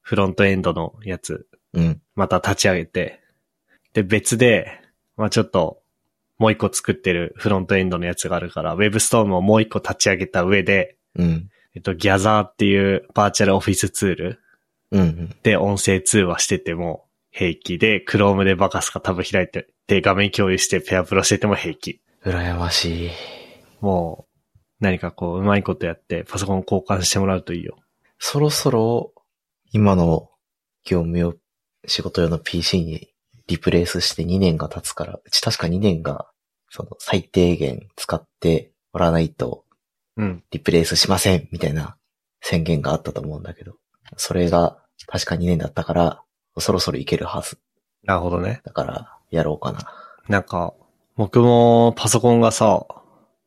Speaker 1: フロントエンドのやつ、
Speaker 2: うん。
Speaker 1: また立ち上げて、で、別で、まあちょっと、もう一個作ってるフロントエンドのやつがあるから、WebStorm をもう一個立ち上げた上で、
Speaker 2: うん。
Speaker 1: えっと、ギャザーっていうバーチャルオフィスツール
Speaker 2: うん。
Speaker 1: で音声通話してても平気で、Chrome でバカスカタブ開いて、で、画面共有してペアプロしてても平気。
Speaker 2: 羨ましい。
Speaker 1: もう、何かこう、うまいことやって、パソコン交換してもらうといいよ。
Speaker 2: そろそろ、今の業務用、仕事用の PC にリプレイスして2年が経つから、うち確か2年が、その最低限使っておらないと、
Speaker 1: うん。
Speaker 2: リプレイスしませんみたいな宣言があったと思うんだけど、それが確か2年だったから、そろそろいけるはず。
Speaker 1: なるほどね。
Speaker 2: だから、やろうかな。
Speaker 1: なんか、僕もパソコンがさ、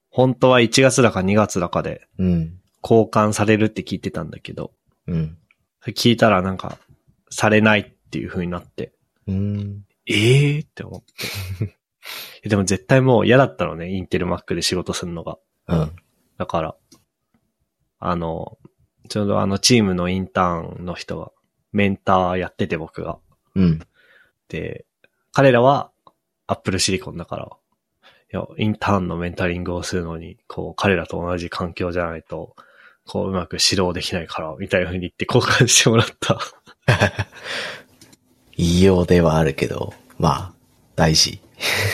Speaker 1: 本当は1月だか2月だかで
Speaker 2: うん。
Speaker 1: 交換されるって聞いてたんだけど、
Speaker 2: うん。
Speaker 1: それ聞いたらなんか、されないっていう風になって、
Speaker 2: うーん。
Speaker 1: ええって思って。えでも絶対もう嫌だったのね、インテル Mac で仕事するのが。
Speaker 2: うん。
Speaker 1: だから、あの、ちょうどあのチームのインターンの人が、メンターやってて僕が。
Speaker 2: うん。
Speaker 1: で、彼らは Apple シリコンだから、いや、インターンのメンタリングをするのに、こう、彼らと同じ環境じゃないと、こう、うまく指導できないから、みたいな風に言って交換してもらった。
Speaker 2: 言いようではあるけど、まあ、大事。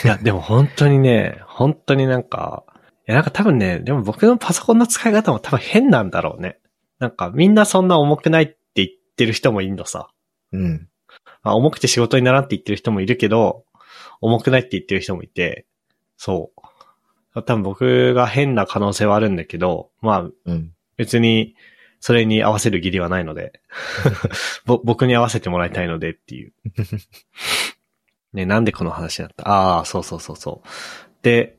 Speaker 1: いや、でも本当にね、本当になんか、いや、なんか多分ね、でも僕のパソコンの使い方も多分変なんだろうね。なんかみんなそんな重くないって言ってる人もいるのさ。
Speaker 2: うん。
Speaker 1: まあ、重くて仕事にならんって言ってる人もいるけど、重くないって言ってる人もいて、そう。多分僕が変な可能性はあるんだけど、まあ
Speaker 2: うん。
Speaker 1: 別にそれに合わせる義理はないので、 ぼ僕に合わせてもらいたいのでっていう。ね、なんでこの話になったああ、そうそうそうそう。で、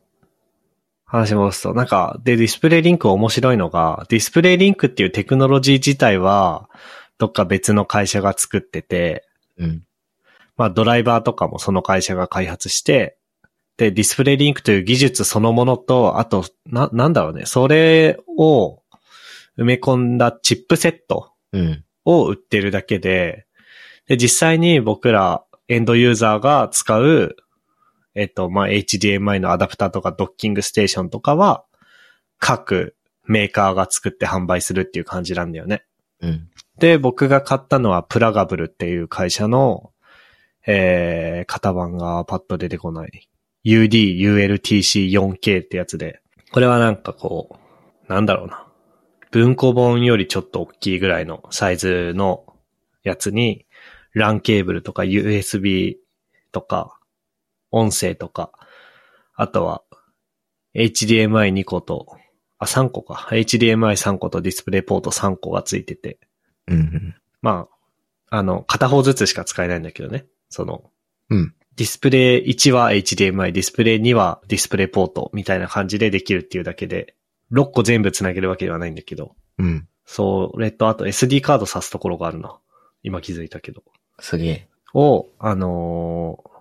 Speaker 1: 話戻すと、なんか、で、ディスプレイリンク面白いのが、ディスプレイリンクっていうテクノロジー自体は、どっか別の会社が作ってて、
Speaker 2: うん。
Speaker 1: まあドライバーとかもその会社が開発して、で、ディスプレイリンクという技術そのものと、あと、な、なんだろうね、それを埋め込んだチップセット
Speaker 2: うん。
Speaker 1: を売ってるだけで、で、実際に僕らエンドユーザーが使う、えっと、まあ、HDMI のアダプターとかドッキングステーションとかは、各メーカーが作って販売するっていう感じなんだよね。
Speaker 2: うん。
Speaker 1: で、僕が買ったのはプラガブルっていう会社の、えー、型番がパッと出てこない。UD-ULTC4K ってやつで。これはなんかこう、なんだろうな。文庫本よりちょっと大きいぐらいのサイズのやつに、LAN ケーブルとか USB とか、音声とか、あとは HDMI2 個と、あ、3個か。HDMI3 個とディスプレイポート3個がついてて、
Speaker 2: うん。
Speaker 1: まあ、あの、片方ずつしか使えないんだけどね。その、
Speaker 2: うん。
Speaker 1: ディスプレイ1は HDMI、ディスプレイ2はディスプレイポートみたいな感じでできるっていうだけで、6個全部つなげるわけではないんだけど、
Speaker 2: うん。
Speaker 1: それとあと SD カード挿すところがあるな。今気づいたけど。
Speaker 2: すげえ。
Speaker 1: を、あのー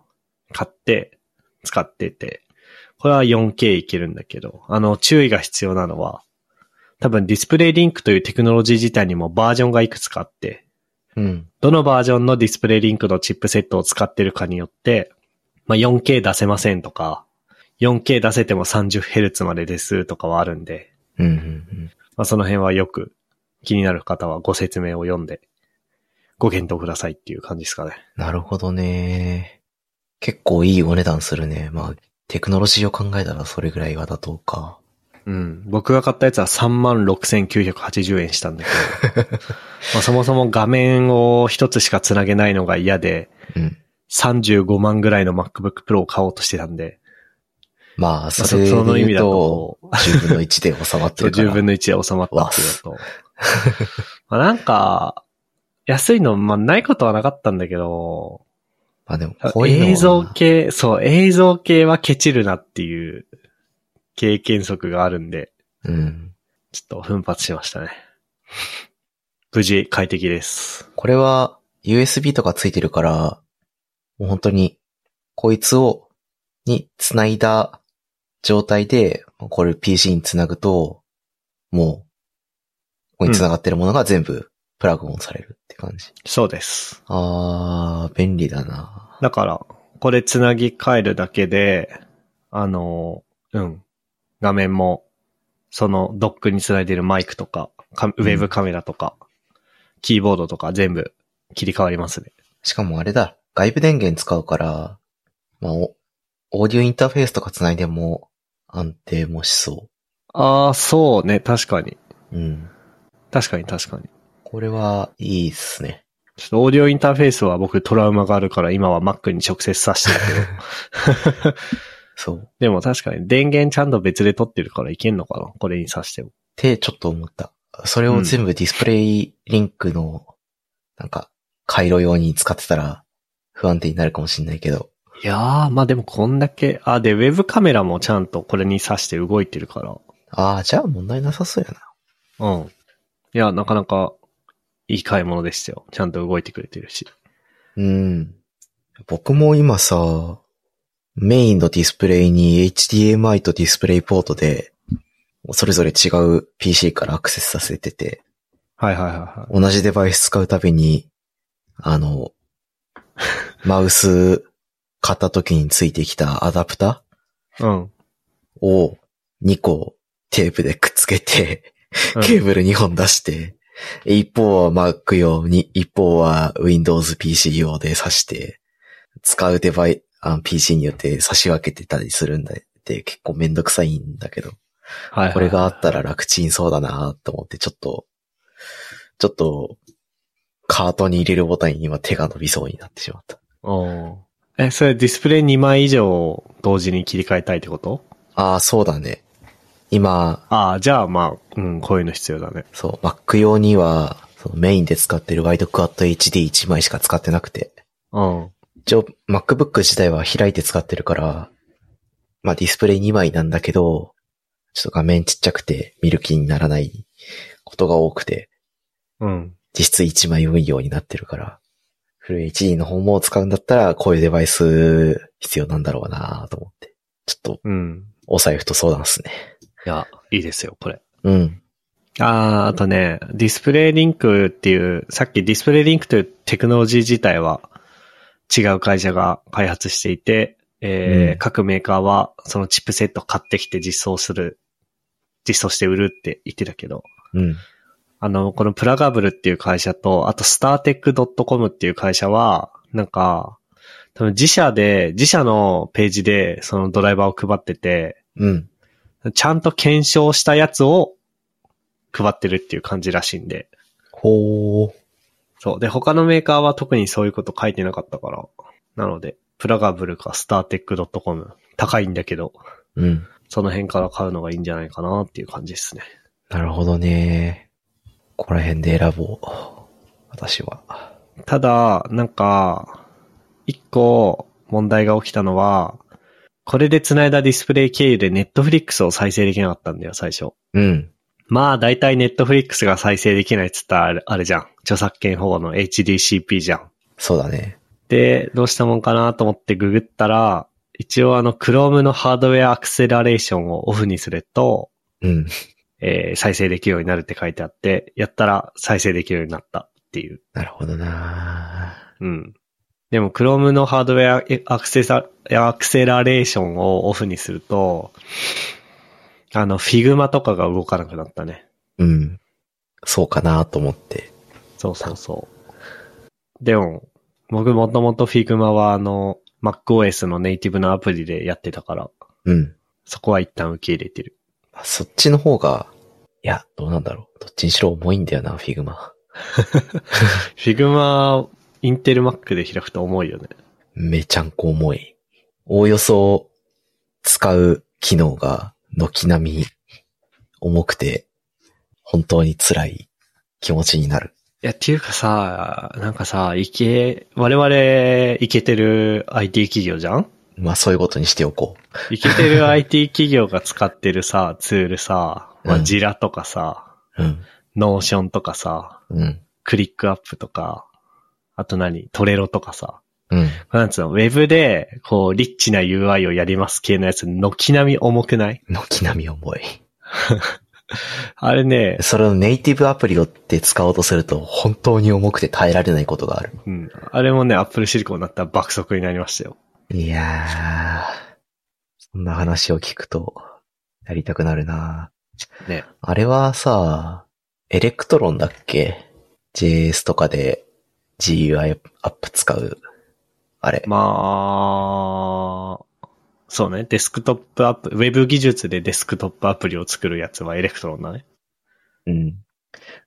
Speaker 1: 買って、使ってて、これは 4K いけるんだけど、あの、注意が必要なのは、多分ディスプレイリンクというテクノロジー自体にもバージョンがいくつかあって、
Speaker 2: うん。
Speaker 1: どのバージョンのディスプレイリンクのチップセットを使ってるかによって、まあ、4K 出せませんとか、4K 出せても 30Hz までですとかはあるんで、
Speaker 2: うん。うん。
Speaker 1: まあ、その辺はよく気になる方はご説明を読んで、ご検討くださいっていう感じですかね。
Speaker 2: なるほどね。結構いいお値段するね。まあ、テクノロジーを考えたらそれぐらいが妥当か。
Speaker 1: うん。僕が買ったやつは36,980円したんだけど、 まあそもそも画面を一つしか繋げないのが嫌で、
Speaker 2: うん。
Speaker 1: 35万ぐらいの MacBook Pro を買おうとしてたんで、
Speaker 2: まあ、
Speaker 1: まあ
Speaker 2: そ
Speaker 1: そ
Speaker 2: れで
Speaker 1: その意味
Speaker 2: 言う
Speaker 1: だと
Speaker 2: と
Speaker 1: こ、
Speaker 2: 10分の1で収まって
Speaker 1: そう、
Speaker 2: るから。
Speaker 1: 10分の1で収まったっていうのと。 まあなんか、安いの、まあないことはなかったんだけど、
Speaker 2: まあでも、こういうのは
Speaker 1: 映像系、そう、映像系はケチるなっていう経験則があるんで、
Speaker 2: うん。
Speaker 1: ちょっと奮発しましたね。 無事快適です。
Speaker 2: これは、USB とかついてるから、もう本当に、こいつを、に繋いだ状態で、これ PC に繋ぐと、もう、ここに繋がってるものが全部プラグオンされるって感じ。
Speaker 1: そうです。
Speaker 2: あー、便利だな。
Speaker 1: だから、これつなぎ替えるだけで、あの、うん。画面も、そのドックにつないでるマイクとか、カウェブカメラとか、キーボードとか全部切り替わりますね。
Speaker 2: しかもあれだ、外部電源使うから、まあ、おオーディオインターフェースとか繋いでも安定もしそ
Speaker 1: ああ、そうね。確かに。
Speaker 2: う。うん。
Speaker 1: 確かに確かに。
Speaker 2: これはいいっすね。
Speaker 1: ちょっとオーディオインターフェースは僕トラウマがあるから今は Mac に直接挿して るけど。
Speaker 2: そう。
Speaker 1: でも確かに電源ちゃんと別で取ってるからいけんのかなこれに挿しても。
Speaker 2: ってちょっと思った。それを全部ディスプレイリンクの、なんか、回路用に使ってたら不安定になるかもしんないけど。
Speaker 1: いやー、まあでもこんだけ、あ、で、ウェブカメラもちゃんとこれに挿して動いてるから。
Speaker 2: ああ、じゃあ問題なさそうやな。
Speaker 1: うん。いや、なかなかいい買い物でしたよ。ちゃんと動いてくれてるし。
Speaker 2: うん。僕も今さ、メインのディスプレイに HDMI とディスプレイポートで、それぞれ違う PC からアクセスさせてて、
Speaker 1: はいはいはいは
Speaker 2: 同じデバイス使うたびに、あの、マウス買った時についてきたアダプタ
Speaker 1: い。うん。
Speaker 2: ーを2個テープでくっつけて、
Speaker 1: うん
Speaker 2: ケーブル2本出して、一方は Mac 用に、一方は Windows PC 用で挿して、使うデバイ、あ PC によって差し分けてたりするんだって結構めんどくさいんだけど、
Speaker 1: はい、はい。
Speaker 2: これがあったら楽ちんそうだなと思って、ちょっと、ちょっと、カートに入れるボタンに今手が伸びそうになってしまった。
Speaker 1: うん。え、それディスプレイ2枚以上同時に切り替えたいってこと
Speaker 2: ああ、そうだね。今、
Speaker 1: ああ、じゃあまあ、うん、こういうの必要だね。
Speaker 2: そう、Mac 用には、そのメインで使ってるワイドクワッド HD1 枚しか使ってなくて、
Speaker 1: うん。
Speaker 2: 一応 MacBook 自体は開いて使ってるから、まあディスプレイ2枚なんだけど、ちょっと画面ちっちゃくて見る気にならないことが多くて、
Speaker 1: うん。
Speaker 2: 実質1枚運用になってるから、フル HD の方も使うんだったら、こういうデバイス必要なんだろうなと思って。ちょっと、
Speaker 1: うん。
Speaker 2: お財布と相談っすね。
Speaker 1: いや、いいですよ、これ。
Speaker 2: うん。
Speaker 1: ああ、あとね、ディスプレイリンクっていう、さっきディスプレイリンクというテクノロジー自体は違う会社が開発していて、えー
Speaker 2: うん
Speaker 1: 各メーカーはそのチップセット買ってきて実装する、実装して売るって言ってたけど、
Speaker 2: うん。
Speaker 1: あの、このプラガブルっていう会社と、あとスターテック .com っていう会社は、なんか、多分自社で、自社のページでそのドライバーを配ってて、
Speaker 2: うん。
Speaker 1: ちゃんと検証したやつを配ってるっていう感じらしいんで。
Speaker 2: ほー。
Speaker 1: そう。で、他のメーカーは特にそういうこと書いてなかったから。なので、プラガブルかスターテック .com。高いんだけど、
Speaker 2: うん。
Speaker 1: その辺から買うのがいいんじゃないかなっていう感じですね。
Speaker 2: なるほどね。ここら辺で選ぼう。私は。
Speaker 1: ただ、なんか、一個問題が起きたのは、これで繋いだディスプレイ経由でネットフリックスを再生できなかったんだよ、最初。
Speaker 2: うん。
Speaker 1: まあ、だいたいネットフリックスが再生できないっつったらあれあれじゃん。著作権保護の HDCP じゃん。
Speaker 2: そうだね。
Speaker 1: で、どうしたもんかなと思ってググったら、一応あの Chrome のハードウェアアクセラレーションをオフにすると、
Speaker 2: うん。
Speaker 1: えー再生できるようになるって書いてあって、やったら再生できるようになったっていう。
Speaker 2: なるほどな
Speaker 1: うん。でも Chrome のハードウェアえアクセサアクセラレーションをオフにすると、あの Figma とかが動かなくなったね。
Speaker 2: うん。そうかなと思って。
Speaker 1: そうそうそう。でも、僕もともと Figma はあの MacOS のネイティブのアプリでやってたから、
Speaker 2: うん。
Speaker 1: そこは一旦受け入れてる。
Speaker 2: あそっちの方が、いや、どうなんだろう。どっちにしろ重いんだよな、フィグマ。
Speaker 1: Figma、インテル Mac で開くと重いよね。
Speaker 2: めちゃんこ重い。おおよそ使う機能が軒並み重くて、本当に辛い気持ちになる。
Speaker 1: いや、っていうかさ、なんかさ、いけ、我々、いけてる IT 企業じゃん
Speaker 2: まあそういうことにしておこ
Speaker 1: いけてる IT 企業が使ってるさ、ツールさ、まあ、
Speaker 2: うん
Speaker 1: ジラとかさ、
Speaker 2: う。うん。
Speaker 1: ノーションとかさ、
Speaker 2: うん。
Speaker 1: クリックアップとか、あと何トレロとかさ。
Speaker 2: うん。
Speaker 1: なんつうのウェブで、こう、リッチな UI をやります系のやつ、軒並み重くない
Speaker 2: 軒並み重い。
Speaker 1: あれね、
Speaker 2: それをネイティブアプリをって使おうとすると本当に重くて耐えられないことがある。
Speaker 1: うん。あれもね、Apple シリコンになったら爆速になりましたよ。
Speaker 2: いやー、そんな話を聞くと、やりたくなるな
Speaker 1: ね。
Speaker 2: あれはさ、エレクトロンだっけ ?JS とかで GUI アップ使う。あれ。
Speaker 1: まあ、そうね。デスクトップアップ、ウェブ技術でデスクトップアプリを作るやつはエレクトロンだね。
Speaker 2: うん。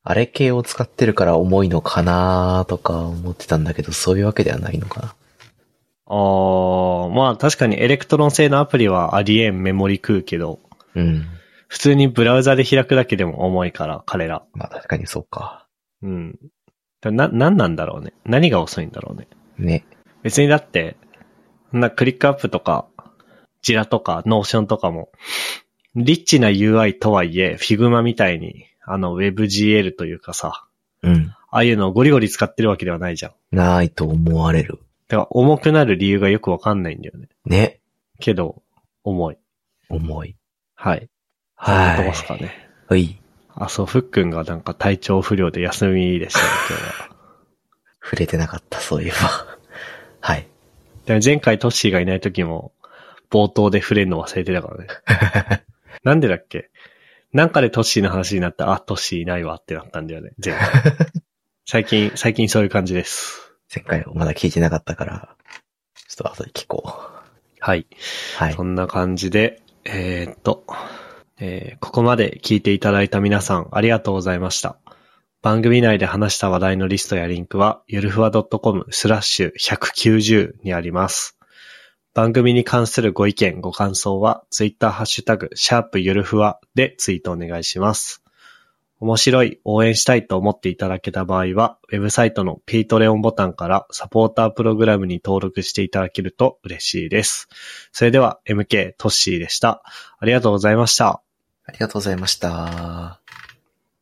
Speaker 2: あれ系を使ってるから重いのかなとか思ってたんだけど、そういうわけではないのかな。
Speaker 1: あーまあ確かにエレクトロン製のアプリはありえんメモリ食うけど、
Speaker 2: うん。
Speaker 1: 普通にブラウザで開くだけでも重いから、彼ら。
Speaker 2: まあ確かにそうか。
Speaker 1: うん。だな、なんなんだろうね。何が遅いんだろうね。
Speaker 2: ね。
Speaker 1: 別にだって、そんなクリックアップとか、ジラとか、ノーションとかも、リッチな UI とはいえ、Figma みたいに、あの WebGL というかさ、
Speaker 2: うん。
Speaker 1: ああいうのをゴリゴリ使ってるわけではないじゃん。
Speaker 2: ないと思われる。
Speaker 1: だから重くなる理由がよくわかんないんだよね。
Speaker 2: ね。
Speaker 1: けど、重い。
Speaker 2: 重い。
Speaker 1: はい。
Speaker 2: はい。
Speaker 1: 飛ばすかね。
Speaker 2: はい。
Speaker 1: あ、そう、ふっくんがなんか体調不良で休みでしたね、今日は。
Speaker 2: 触れてなかった、そういえば。 はい。
Speaker 1: でも前回トッシーがいない時も、冒頭で触れるの忘れてたからね。なんでだっけなんかでトッシーの話になったあ、トッシーいないわってなったんだよね、前 回。最近、最近そういう感じです。
Speaker 2: 前回まだ聞いてなかったから、ちょっと後で聞こう。
Speaker 1: はい。
Speaker 2: はい
Speaker 1: そ。んな感じで、えーっと、えーここまで聞いていただいた皆さんありがとうございました。番組内で話した話題のリストやリンクは、ゆるふわ .com スラッシュ190にあります。番組に関するご意見、ご感想は、ツイッターハッシュタグ、シャープゆるふわでツイートお願いします。面白い、応援したいと思っていただけた場合は、ウェブサイトの p トレオンボタンからサポータープログラムに登録していただけると嬉しいです。それでは MK トッシーでした。ありがとうございました。
Speaker 2: ありがとうございました。